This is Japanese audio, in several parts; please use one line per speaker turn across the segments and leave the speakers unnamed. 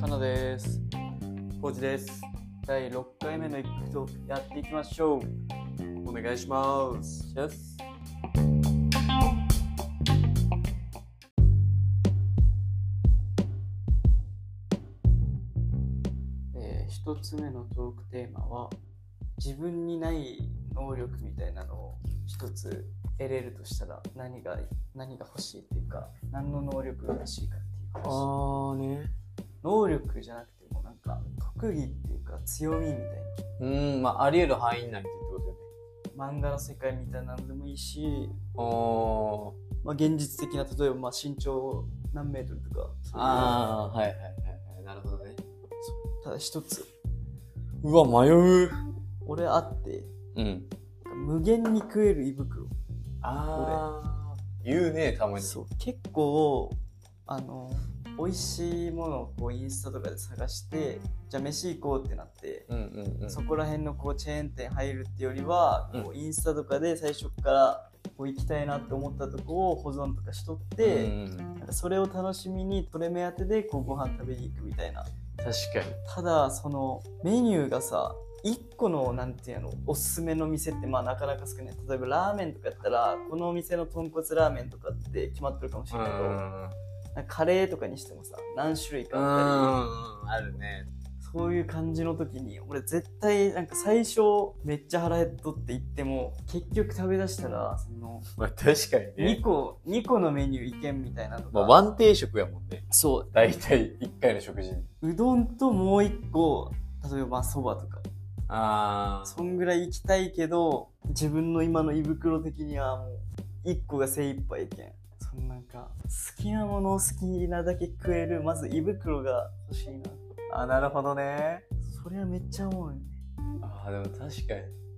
かなです
コーチです。
第6回目の一服とやっていきましょう
お願いします。
チェスえー、一つ目のトークテーマは自分にない能力みたいなのを一つ得れるとしたら何が何が欲しいっていうか何の能力が欲しいかっていう話
ああね。
能力じゃなくてもなんか特技っていうか強みみたいな
うん、まああり得る範囲内でってことだよね。
漫画の世界みたいなのでもいいし、
あ
まあ、現実的な例えばまあ身長何メートルとか
ーあー、はいはいはいはい。なるほどね。
ただ一つ
うわ、迷う。
俺あって
うん。
無限に食える胃袋
ああ。言うね、たまに。
そう結構あの美味しいものをこうインスタとかで探してじゃあ飯行こうってなって、
うんうんうん。
そこら辺のこうチェーン店入るってよりは、
うん
こうインスタとかで最初からこう行きたいなって思ったとこを保存とかしとって、
うん、
なんかそれを楽しみにトレ目当てでこうご飯食べに行くみたいな
確かに。
ただそのメニューがさ1個のなんていうのおすすめの店ってまあなかなか少ない例えばラーメンとかやったらこのお店の豚骨ラーメンとかって決まってるかもしれないけどなん
ん。
かカレーとかにしてもさ何種類
う
かあったり
ん。あるね。
そういう感じの時に俺絶対なんか最初めっちゃ腹減っとって言っても結局食べだしたらその
まあ確かに
2
ね。
個2個のメニューいけんみたいなの
まあ
が、
ワン定食やもんね。
そう
大体一回の食事に。
うどんともう一個例えばそばとか
あ
そんぐらい行きたいけど自分の今の胃袋的にはもう一個が精一杯いけんそのなんか好きなものを好きなだけ食えるまず胃袋が欲しいな
あ、なるほどね。
それはめっちゃ思うね
ああ、でも確かに。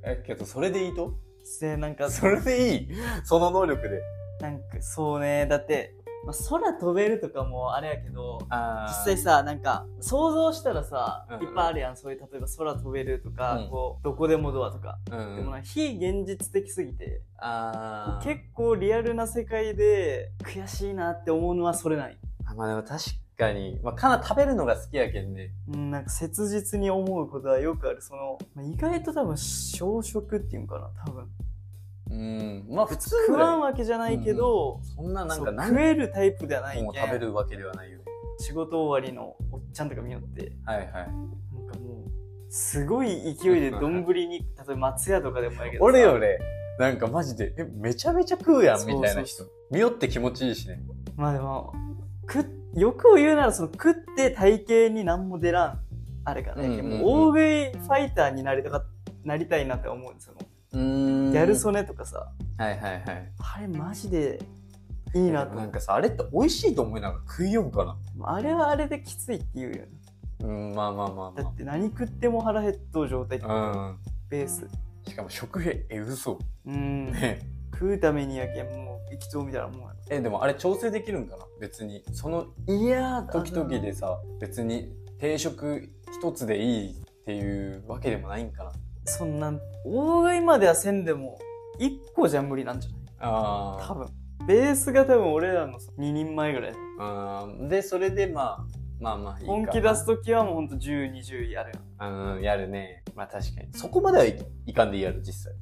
え、けどそれでいいと
でなんか
それでいいその能力で。
なんかそうねだって、まあ、空飛べるとかもあれやけど
あ
実際さなんか想像したらさ
うんうん
いっぱいあるやんそういう例えば空飛べるとか、
うん
こうどこでもドアとか、
うん、
でもなんか非現実的すぎて
あー
結構リアルな世界で悔しいなって思うのはそれない。
あまあでも確かに、まあ、かな食べるのが好きやけんね
うん、なんか切実に思うことはよくある。その、まあ意外と多分、小食っていうんかな、多分。
うんまあ普通
食
ぐ
わ
ら
ん
い
わけじゃないけど、
そんななん
そ
か
う
何
食えるタイプではない
本を
けん
食べるわけではないよね
仕事終わりのおっちゃんとか見よって、
はいはい
なんかもう、すごい勢いで丼に、例えば松屋とかでもやけどさ。
俺よねなんかマジでえめちゃめちゃ食うやんみたいな人
そうそう
見よって気持ちいいしね
まあでも、食っ欲を言うなら、その食って体型に何も出らん、あれかね。
うんうんうん
もう大食いファイターになりたか、なりたいなって思うんですよ。
うん
ギャル曽根とかさ、
はいはいはい
あれマジでいいなと
な。
思うん
かさあれって美味しいと思いながら食いよんかな
あれはあれできついって言うよね。
うんまあまあまあ
だっ
ま
て何食っても腹減っとう状態って
あうん
ベース。
しかも食費え嘘
うん。
ね
食うためにやけん、もう、生きとうみたいなもんや
えでもあれ調整できるんかな別にその
ろ。いやー、
時々でさ別に定食一つでいいっていうわけでもないんかな
そんなん、大食いまではせんでも、一個じゃ無理なんじゃない多
あ
分。ベースが多分俺らの2人前ぐらい。
あでそれでまあまあまあいいか
本気出すときはもうほんと10、20やるよ。
うんやるねまあ確かにそこまではい、いかんでいいやろ実際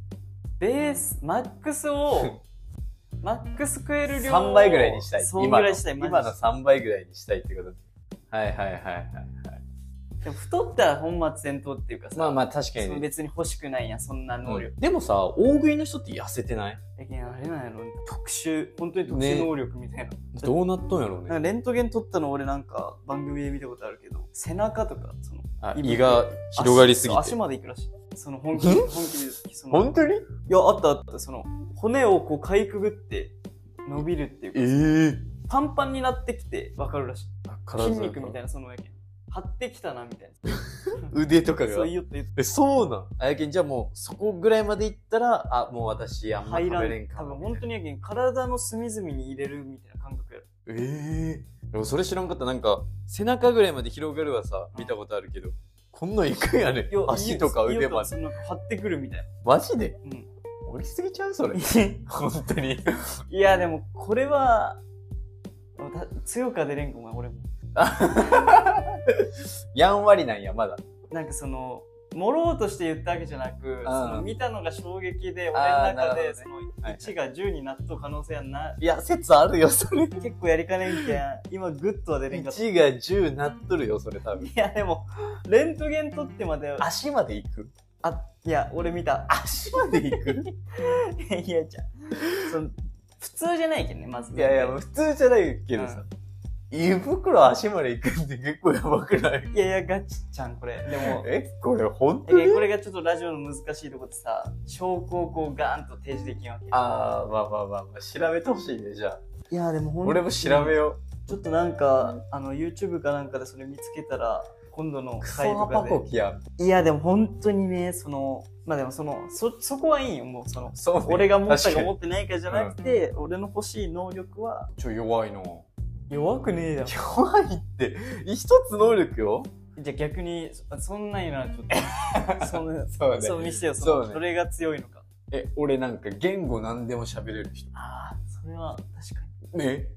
ベース、マックス を、マックス食える量を
3倍ぐらいにしたい
そうぐらいしたい、
今の
マ
今
ジで
の3倍ぐらいにしたいってことはいはいはいはいはい
でも太ったら本末転倒っていうかさ、
まあまあ確か
その
にね
別に欲しくないやんそんな能力、
でもさ大食いの人って痩せてない
だけどあれなんやろ特殊本当に特殊能力みたいな,、
どうなっとんやろう
なん
ね
かレントゲン撮ったの俺なんか番組で見たことあるけど背中とかその
あ
胃
胃が広がりすぎて
足足までいくらしいその本気で
ん
本気でそのい
当に
やあったあったその骨をこうかいくぐって伸びるっていう
ええ
かパンパンになってきてわかるらしい筋肉みたいなそのやけん張ってきたなみたいな
腕とか
そ
が
う言おって言って
えそうなんあやけんじゃあもうそこぐらいまでいったらあもう私あんま
入
食
ら
べれん
ん
か
多分
も
本当にやけん体の隅々に入れるみたいな感覚やろ
ええでもそれ知らんかったなんか背中ぐらいまで広がるはさ見たことあるけどこんなんいくんやね
いや
足とか腕ま
い
で
いよなんか張ってくるみたい
マジで
うん
盛りすぎちゃうそれ本当に
な。いや、でも、これは、た強か出れんごめん俺も
やんわりなんや、まだ。
なんかその盛ろうとして言ったわけじゃなくその見たのが衝撃で俺の
あ
中
ーな
で
る
そ
ほ
の
はい
1が10になっとう可能性はない
や、説あるよ、それ。
結構やりかねんけん今グッとは出れんかったい
1が10なっとるよ、それ多分。
やでもレントゲン撮ってまであ
足まで行く。
いや俺見た
足まで行 く
いやじゃんその普通じゃないけんねまず
いやいや、もう普通じゃないけどさ。胃袋足まで行くって結構やばくない
いやいやガチちゃんこれでも
え、これ本当に
えこれがちょっとラジオの難しいとこでさ証拠をこうガーンと提示できんわけ
ああ、まあまあまあまあ、調べてほしいね、じゃあ。
いやでもほん
俺も調べよ
ちょっとなんかあの YouTube かなんかでそれ見つけたら今度の
う。ク
回
ソ
と
ハパ
か
コキやん。
でいやでも本当にねそのまあでもそのそそこはいいよもうその
そうね
俺が持った
確
か
かに
持ってないかじゃなくて、俺の欲しい能力は
ちょ、弱いの。
弱くねえだろじ
弱いって、一つ能力よ
ゃあ逆にそそんなんやなちょっ とその
そうね
そう見せてよそ
そう
の
ね
どれが強いのか
え、俺なんか言語何でも喋れる人。
ああそれは確かに
ね
で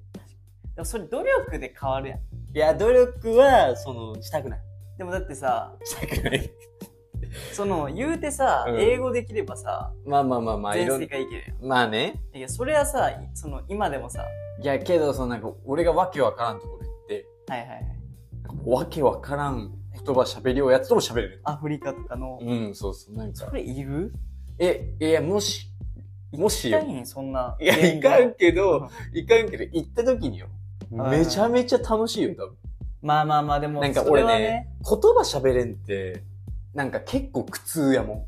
もそれ努力で変わるやん
いや、努力は、その、したくない。
でもだってさ
したくない。
その言うてさ、
うん
英語できればさ
まあまあまあまあ、い
全
ろ
世界いけるや
まあね。
んいやそれはさいその今でもさ
いや、けど、そのなんか、俺がわけわからんところ行って、
はいはいはい
なんかわけわからん言葉喋りようやつとも喋れる。
アフリカとかの、
うん、そうそう、なんか
そ。れいる
え、いや、もし、もし
痛
よ。
いんそんない
や、いかんけど、
う
いかんけど、行った時によ。
はい
めちゃめちゃ楽しいよ、多分。
んまあまあまあでも
なんか
それ
俺
は
ね、言葉喋れんって、なんか結構苦痛やもん。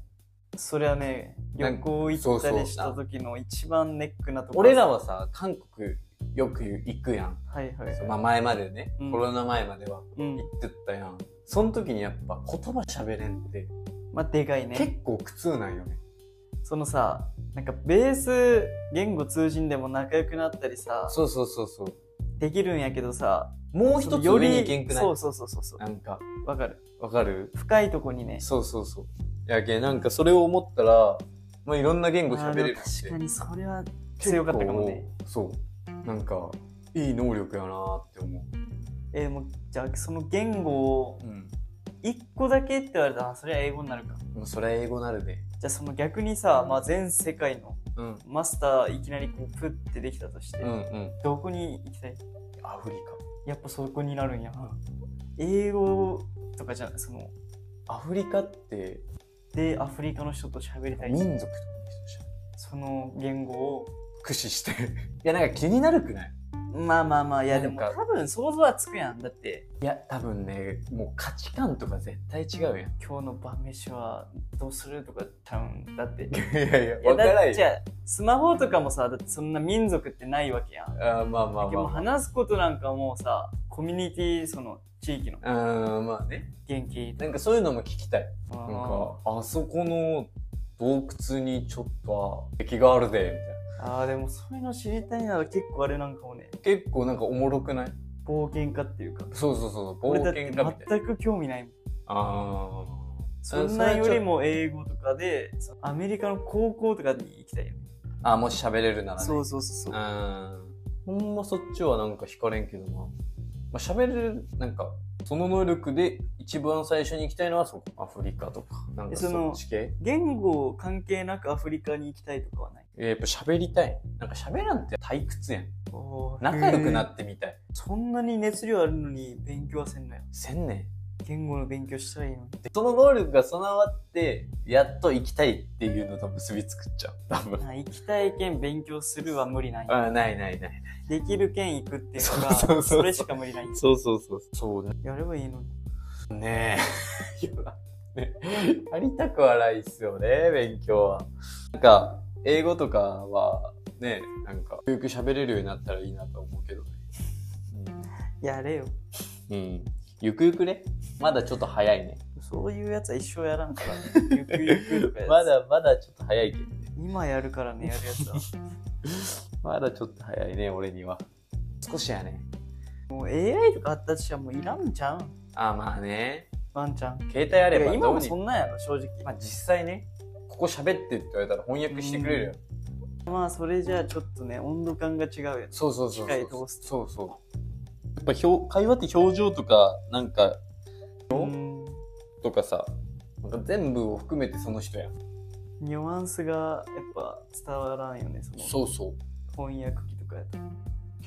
それはね
な
旅
んか
行行ったりし
そ
た
う
時の一番ネックなとこ
俺らはさ、韓国よく行くやん。
はいはい
まあ前までね、
うん
コロナ前までは
うん
行ってたやん。その時にやっぱ言葉喋れんって
まあでかい
結
ね
構苦痛なんよね。
そのさなんかベース言語通じんでも仲良くなったりさ
そうそうそうそう。
できるんやけどさ
も
そ
う一
の
つ上に行けんくな
そう
い
そうそうそうそ
なんか、
うわかる
わかる
深いとこにね
そうそうそう。やけ、なんかそれを思ったら、まあいろんな言語
あ
喋
の
れるって
確か。にそれは強かったかもね
結構。そう。なんか、いい能力やなーって思
えー、もうじゃあその言語を
う。うん。
一個だけって言われたらあそれは英語になるか
もうそれは英語なるで。
じゃあその逆にさ、まあ、全世界の
うん。
マスターいきなりこうプッてできたとして、
うんうん。
どこに行きたい
アフリ
やっぱそこになるんや、英語とかじゃないその
カ。アフリカって
でアフリカの人と喋りたい
民族とかの人じ
その言語を
ゃん駆使して。 いや、なんか気になるくない
まあまあまあいやで
なん
も
か
多分想像はつくやんだって
いや、多分ね、もう価値観とか絶対違 うやん。
今日の晩飯はどうするとか多分だって
いやいや
いや
わから
だ
ん
ってじ
よ。
ゃあスマホとかもさだってそんな民族ってないわけやん
あーまあまあ
で
ま
も
あ
話すことなんかもうさコミュニティその地域の。
あーまあね。
元気
なんかそういうのも聞きたい。
と
なんか、あそこの洞窟にちょっと壁があるで、みたい
あーでもそういうの知りたいなら結構あれなんかもね
な。結構なんかおもろくない
冒険家っていうか
そうそうそう、冒
俺だっ
険
て
家みたいな。
全く興味ないもん
ああ。
そんなんよりも英語とかでそのアメリカの高校とかに行きたいよね
あ、もし喋れるならね。
そうそうそうそう
うん。ほんまそっちはなんか惹かれんけどな。まあ、喋れる、なんか、その能力で一番最初に行きたいのはそこ、アフリカとか、なん
え
か
そ
そ
の
っち系。
言語関係なくアフリカに行きたいとかはない
えーやっぱ喋りたい。なんか喋らんって退屈やん。
おー
仲良くな
へー
ってみたい。
そんなに熱量あるのに勉強はせんのよ
せんねん。
言語の勉強したらいいのに
でその能力が備わって、やっと行きたいっていうのと結びつくっちゃう。多分。
あ行きたいけん勉強するは無理ない
あないないない。
できるけん行くっていうの
そうそうそうそ
が
う
それしか無理ない
そうそうそう。そうね。
やればいいのに
ね え。ねありたくはないっすよね、勉強は。なんか、英語とかは、ね、なんか、ゆくゆく喋れるようになったらいいなと思うけどね。
やれよ
うん。うんゆくゆくね、まだちょっと早いね。
そういうやつは一生やらんからね。ゆくゆくと かやつ
まだまだちょっと早いけどね。
今やるからね、やるやつ は。
まだちょっと早いね、俺には。少しやね。
もう AI とか発達したらもういらんじゃん。
あ、まあね。
ワンちゃん。
携帯あれ
てか
ば
今
どう
も
に
そんなんやろ、正直。
まあ実際ね、ここ喋ってって言われたら翻訳してくれるよ。
まあそれじゃあちょっとね温度感が違うよね
そうそうそうそう。
機械通す
そうそう。やっぱ表会話って表情とか、なんか、
うん
とかさ、なんか全部を含めてその人やん。
ニュアンスがやっぱ伝わらんよねその
そうそう。
翻訳機とかやと
い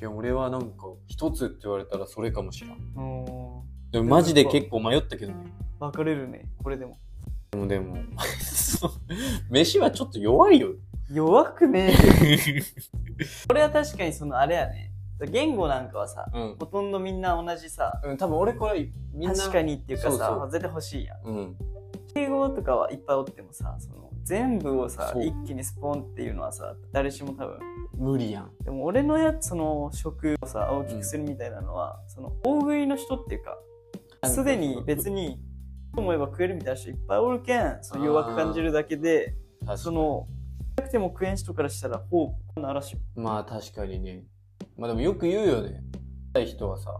や、俺はなんか、一つって言われたらそれかもしれん。
お
でもマジで結構迷ったけどね。
ー分かれるねこれでも
でもでも、そう 飯はちょっと弱いよ。
弱くね これは確かにそのあれやね言語なんかはさ
うん。
ほとんどみんな同じさ
うん、多分俺これ、みんな。
確かにっていうかさ
そうそう
絶対欲しいやん
うん。
敬語とかはいっぱいおってもさその全部をさ
そう
一気にスポンっていうのはさ誰しも多分
無理やん。
でも俺のやつその食をさ大きくするみたいなのは、その大食いの人っていうかすでに別にと思えば食えるみたいな人いっぱいおるけんその弱く感じるだけでそ
その
のなくても食えん人からしたらほうならしよ
まあ確かにね。まあでもよく言うよね。痛い人はさ、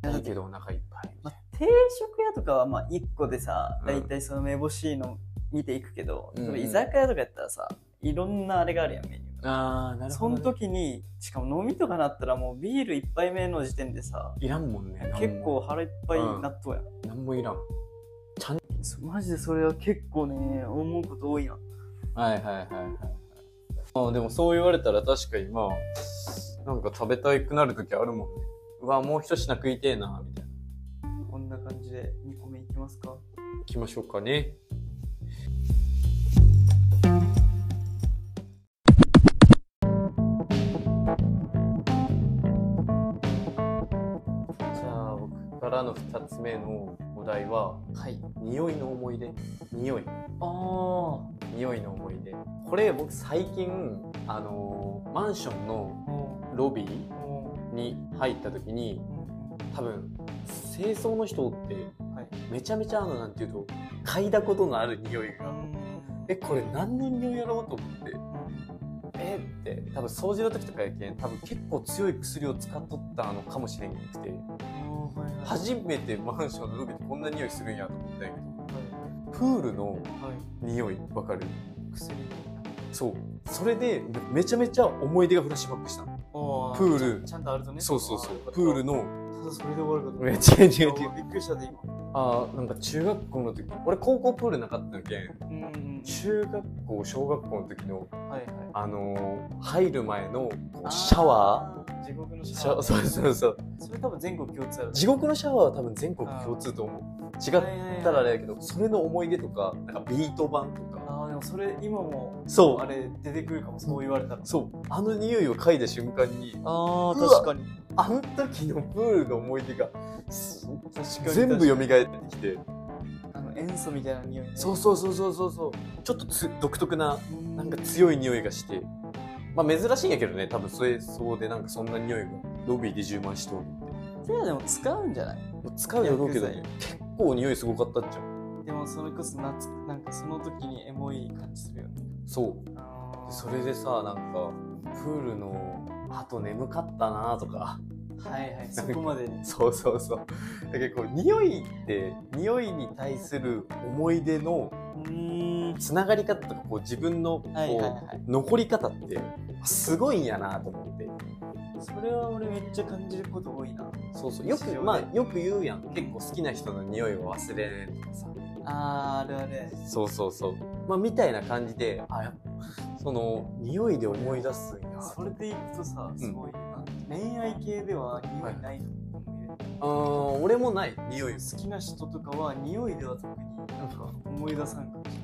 痛いけどお腹いっぱい。
まあ、定食屋とかはまあ1個でさ
うん
大体そのめぼしいの見ていくけど、
うんうん
例えば居酒屋とかやったらさいろんなあれがあるやんメニューが。
ああ、なる
そ
ほど、
の
ね。
時にしかも飲みとかなったらもうビール一杯目の時点でさ
いらんもんね。なんも
結構。腹いっぱいになっとうやん、
なんもいらん。
そマジでそれは結構ね思うこと多いな
はいはいはいはい。まあでもそう言われたら確かにまあ、なんか食べたくなる時あるもんね。うわ、もう一品食いてえな、みたいな。
こんな感じで2個目いきますか
行きましょうかね。じゃあ僕からの2つ目のお題は、
はい
匂いの思い出。匂い。
ああ
匂いの思い出。これ僕最近、あのーマンションのロビーに入った時に多分清掃の人って
はい
めちゃめちゃあのなんていうと嗅いだことのある匂いがえこれ何の匂いやろうと思ってえって多分掃除の時とかやけん多分結構強い薬を使っとったのかもしれんくて初めてマンションのロビーってこんな匂いするんやと思ったんやけどプールの匂いわかる
薬
そうそれでめちゃめちゃ思い出がフラッシュバックしたのプ
プ
ール
ちゃんとあるとね
そうそうそうプール
の
の
ただそれで終わるかと思っ
ちゃ違う
たびっくりしたで今
あーなんか中学校の時俺高校プールなかったんけん
うんうん
中学校小学校の時の
はいはい
あのー入る前のこうシャワ
ー地獄の
ー
シ
シ
ャ
ャ
ワー
そうそうそう
それ多分全国共通だろ
地獄のシャワーは多分全国共通と思う違ったらあれやけどそれの思い出とかなんかビート版とか
ああでもそれ今も
そ
あ
う
れ出てくるかもそう言われたら
そうあの匂いを嗅いだ瞬間に
あ
ー確
かに
あの時のプールの思い出がす
確かに
全部蘇ってきて
あの塩素みたいな匂いね
そうそうそうそうそうそうちょっとつ独特な
うん
なんか強い匂いがして、まあ珍しいんやけどね、多分それそうでなんかそんな匂いがロビーで充満しとるって。
それはでも使うんじゃない
もう使うやろうけどね、結構匂いすごかったっちゃう。
でもそれこそ夏なんかその時にエモい感じするよね
そう。
あ
でそれでさ、なんか、プールの、あと眠かったなとか。
はいはいそこまでね
そうそうそう。だけどこう、匂いって、匂いに対する思い出の
うん
つながり方とか、こう自分のこう、
はいはいはい
残り方って、すごいんやなと思って。
それは俺めっちゃ感じること多いな
そうそうよ
日常
く
で
まあよく言うやん結構好きな人の匂いを忘れないとかさ
あーあるある
そうそうそうまあみたいな感じであやっぱその匂いで思い出すんや
それでいくとさ
ん
すごいな、恋愛系では匂いないと思うよ
あー俺もない匂い
好きな人とかは匂いでは特になんか思い出さんかもしれな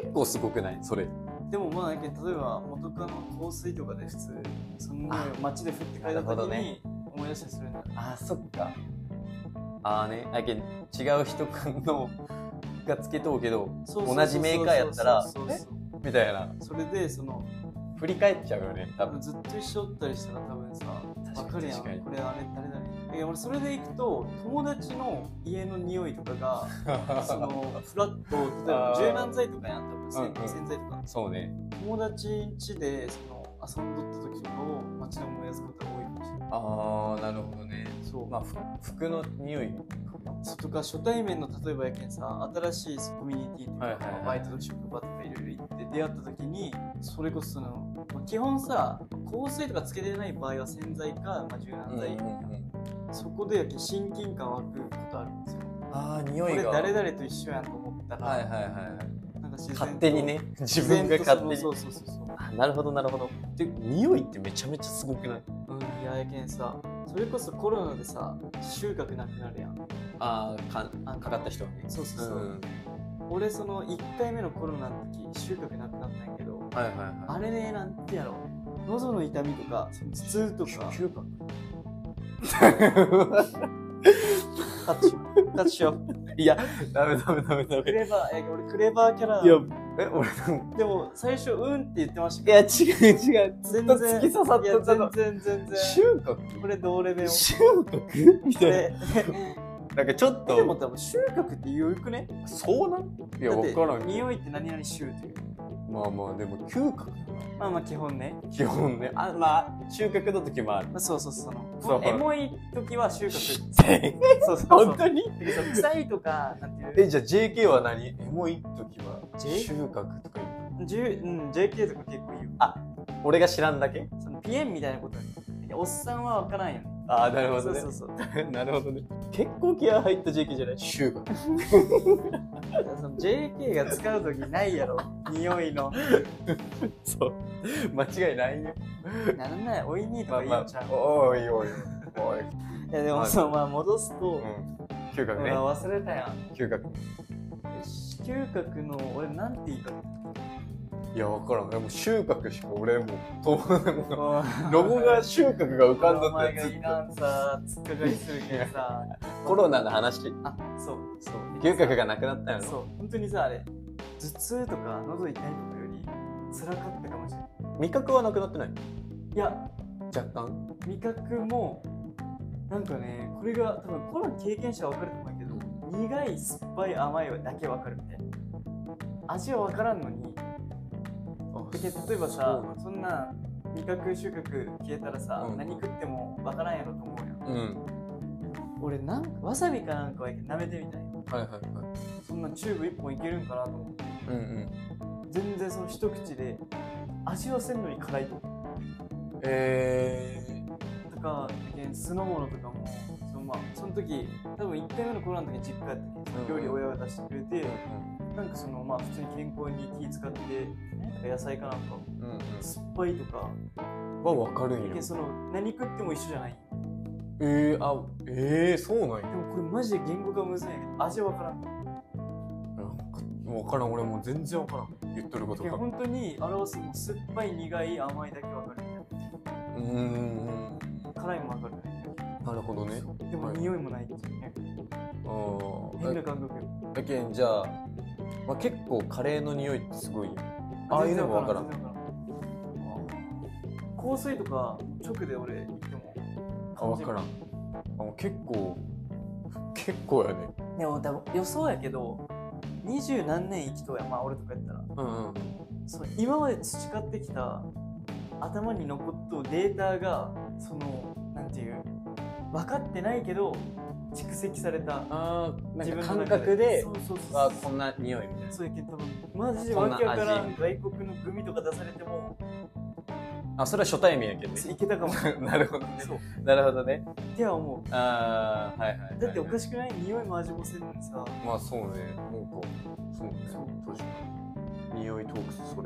い
結構すごくないそれ
でもまあだけど例えば元カノ香水とかで普通その匂いを街で振って帰った
なるほど
時
ね
に思い出したりするんだ
あーそっかああねあけん違う人のがつけとうけど
そうそうそうそう
同じメーカーやったら
そうそうそう
みたいな
それでその
振り返っちゃうよね多
多分ずっと一緒おったりしたら多分さ
確か
わ
に
かるやん
確かに
これあれ誰誰いや俺それでいくと友達の家の匂いとか がそのフラット例えば
あー
柔軟剤とかやん多分
うんうん
洗剤とか
そうね
友達ん家でその遊んどった時とかを街で思い出すことが多いかもしれない
ああなるほどね
そう、
まあふ服の匂い
そうとか初対面の例えばやけんさ新しいコミュニティとか、
はいはいはい
バイトの職場とかいろいろ行って出会った時にそれこそその、まあ基本さ香水とかつけてない場合は洗剤か、まあ、柔軟剤、そこで親近感湧くことあるんですよ
ああ匂
こ
い
れ
が
誰々と一緒やんと思ったら、
はいはいはい
なんか自然と
勝手にね自
自
分
然
が
と
勝手に
そのそうそうそうそう
あなるほどなるほどで匂いってめちゃめちゃすごくない
うん、いややけんさそれこそコロナでさ収穫なくなるやん
ああかかかった人はね
そうそうそう、
ん
俺その1回目のコロナの時収穫なくなったんやけど
はいはいはい
あれねなんてやろ喉の痛みとか頭痛とか
嗅 覚
タッチタッチよ
いやダメダメダメダ
ク
メ
レバーえ俺クレバーキャラ
いやえ俺なんか
でも最初うんって言ってました
い
け
や違う違う
ど全
と
然
突き刺さっ
いや
た
全
の
然全然
嗅覚
これ同レベル
嗅覚みたい
で
ななんかちょっ
でも
と
多分収穫ってよくね
そうなんいや
だっ
分
て
からんけど
匂いって何々臭っていう
まあまあでも嗅覚だな
まあまあ基本ね、
基本ねあまあ収穫の時もある
まあ、そうそうそうそ
そう
のエモい時は収穫そうそうそう
本当に
だけど臭いとかなんていう
えじゃあ JK は何エモい時は
J？
収穫とか言う
じゅうん、JK とか結構いいよ
俺が知らんだけ
そのピエンみたいなことにいやおっさんは分からんよね
ああなるほ
そ
ど
う
ね
そうそう
なるほどね結構気合入った JK じゃない収穫
だからその JK が使う時ない やろ匂いの
そう間違いないよ
なんならおいにと
ま
か
あ
いい
ま
んちゃ
あ
う、
おいおいおい
いやでも
はい
そのまあ戻すと、
嗅
う
覚
わ
ね
忘れたやん
嗅覚
嗅覚の俺なんて言い 方
いや分からんでも収穫しか俺もうとロ
ロ
ゴが収穫が浮かん
お
だっ
前
て
が
ず
い
っ
ら
と
んさ突っかかりするけどさ
コロナの話
あそうそう
嗅覚がなくなったよね
そう本当にさあれ頭痛とか喉痛いとかより辛かったかもしれない
味覚はなくなってない
いや
若干
味覚もなんかねこれが多分コロナ経験者は分かると思うんやけど苦い酸っぱい甘いはだけ分かるみたいな味は分からんのにだけど例えばさそんな味覚収穫消えたらさ、
うん
何食っても分からんやろと思うやん
うん
俺なんかわさびかなんかは舐めてみたいよ
はいはいはい
そんなチューブ1本いけるんかなと思って
うんうん
全然その一口で味はせんのに辛いと
え
とか酢の物とかもその,、まあ、その時多分1回目の頃の時実家やって
うん
料理親が出してくれて、
う
なんかそのまあ普通に健康に気使ってなんか野菜かなんか
んうん
酸っぱいとか、
は分かるん
で
よ
その何食っても一緒じゃない
えー、あえー、そうなんや
でもこれマジで言語がむずいんやけど味わからん
分からん俺もう全然分からん言っとること
いや
が
本当に表すもう酸っぱい苦い甘いだけわかるみたいな
うーん
辛いもわかるね
なるほどね
でも
はい
匂いもないっていうね
あ
変な
ー
感覚よ
だけんじゃあ、まあ、結構カレーの匂いってすごいよああいうのも分からん
全然わからん香水とか直で俺行っても
あ分からんあもう結構結構やね
でも多分予想やけど二十何年生きとうやまあ俺とかやったら
うんうん
そう今まで培ってきた頭に残っとうデータがそのなんていう分かってないけど蓄積された
あーなんか
の
感
中
覚で
そうそうそう
あーこんな匂いみたいな
そうやけん多分マジでわけわからん外国のグミとか出されて も
あそれは初対面やけどね
いけたかも
なるほどね
そう
なるほどね
っては思
ああはいはい、はいう
だっておかしくない匂いも味もせんのにさ
まあそうねなんかそうね
そう
確かに匂いトークスそ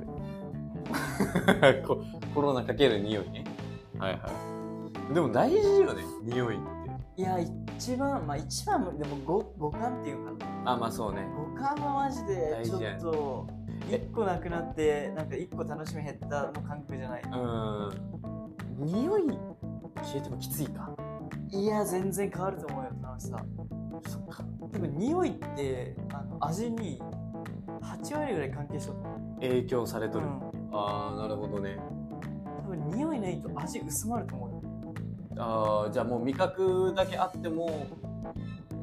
れココロナかける匂いねはいはいでも大事よね匂いって
いや一番まあ一番もでも五五感っていうかな
あまあそうね
五感はマジで
大
ちょ
事や
っ
ね
と一個なくなってなんか一個楽しみ減ったの感覚じゃない
うん匂い消えてもきついか
いや全然変わると思うよ楽しさ
そっか
多分匂いってあの味に8割ぐらい関係しとった
影響され
う
とる、
ん
ああなるほどね
多分匂いないと味薄まると思うよ
ああじゃあもう味覚だけあっても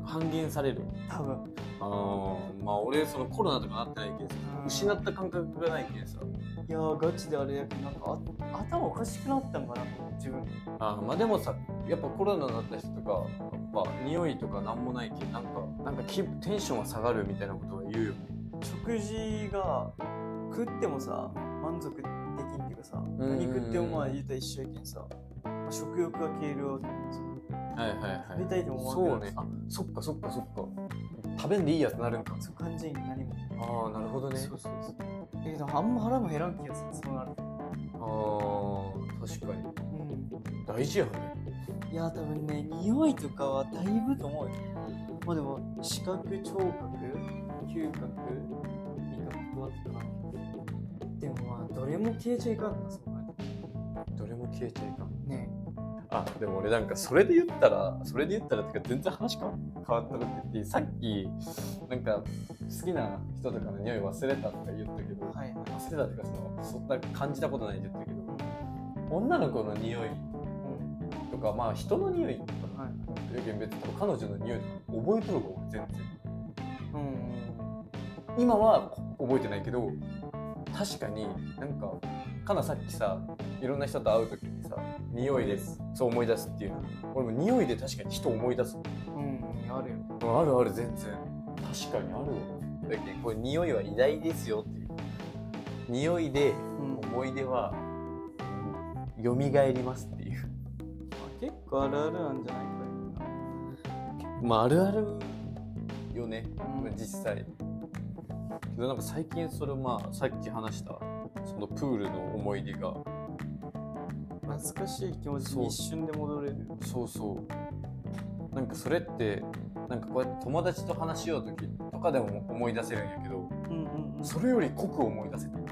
半減される
多分
ああまあ俺そのコロナとかなってないけどさ失った感覚がないけどさ
いやーガチであれやけどなんかあ頭おかしくなったんかな自分
あーまあでもさやっぱコロナになった人とかやっぱ匂いとかなんもないけなんかなんか気テンションが下がるみたいなことは言うよね
食事が食ってもさ満足がさ、果肉ってまあ言ったら一緒やけんさ、まあ、食欲が軽量
はいはいはい。
食べたいと思
そ
わ
う
なくな
ね
る。
あ、そっかそっかそっか。食べんでいいやつなるんか。
そういう感じに何も
ああ、なるほどね。
そうそうそうえでもあんま腹も減らん気がするそうなる
ああ、確かに。大事やね。
いや多分ね匂いとかはだいぶと思うよまあでも視覚聴覚嗅覚味覚はとかでもまあどれも消えちゃいかんなそうか
どれも消えちゃいかん。
ね
あ、でも俺なんかそれで言ったら、それで言ったらってか全然話変わ変わったこと言っていいさっき、なんか好きな人とかの匂い忘れたとか言ったけど、
はいはい
忘れたとかその、そんな感じたことないって言ったけど、女の子の匂
う
い
ん
とか、まあ人の匂い
はい
やけん別に彼女の匂いとか覚えとるかも全然
うん
今は覚えてないけど確かになんかかなさっきさいろんな人と会う時にさ匂いですそう思い出すっていうの俺も匂いで確かに人思い出す
うんあるよ
あるある全然確かにあるわだけどこれ匂いは偉大ですよっていう匂いで
うん
思い出は蘇りますっていう
結構あるあるなんじゃないか
まああるあるよね、
うん
実際けどなんか最近それまあさっき話したそのプールの思い出が
懐かしい気持ちに一瞬で戻れる
そうそうなんかそれってなんかこうやって友達と話しよう時とかでも思い出せるんやけど
うんうんうん
それより濃く思い出せた
も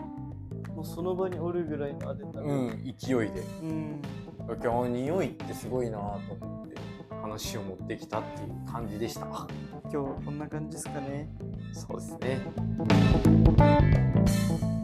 うその場におるぐらいのあれだね
うん勢いで
うん
だけどあ匂いってすごいなと思って話を持ってきたっていう感じでした
今日こんな感じですかね
そうですね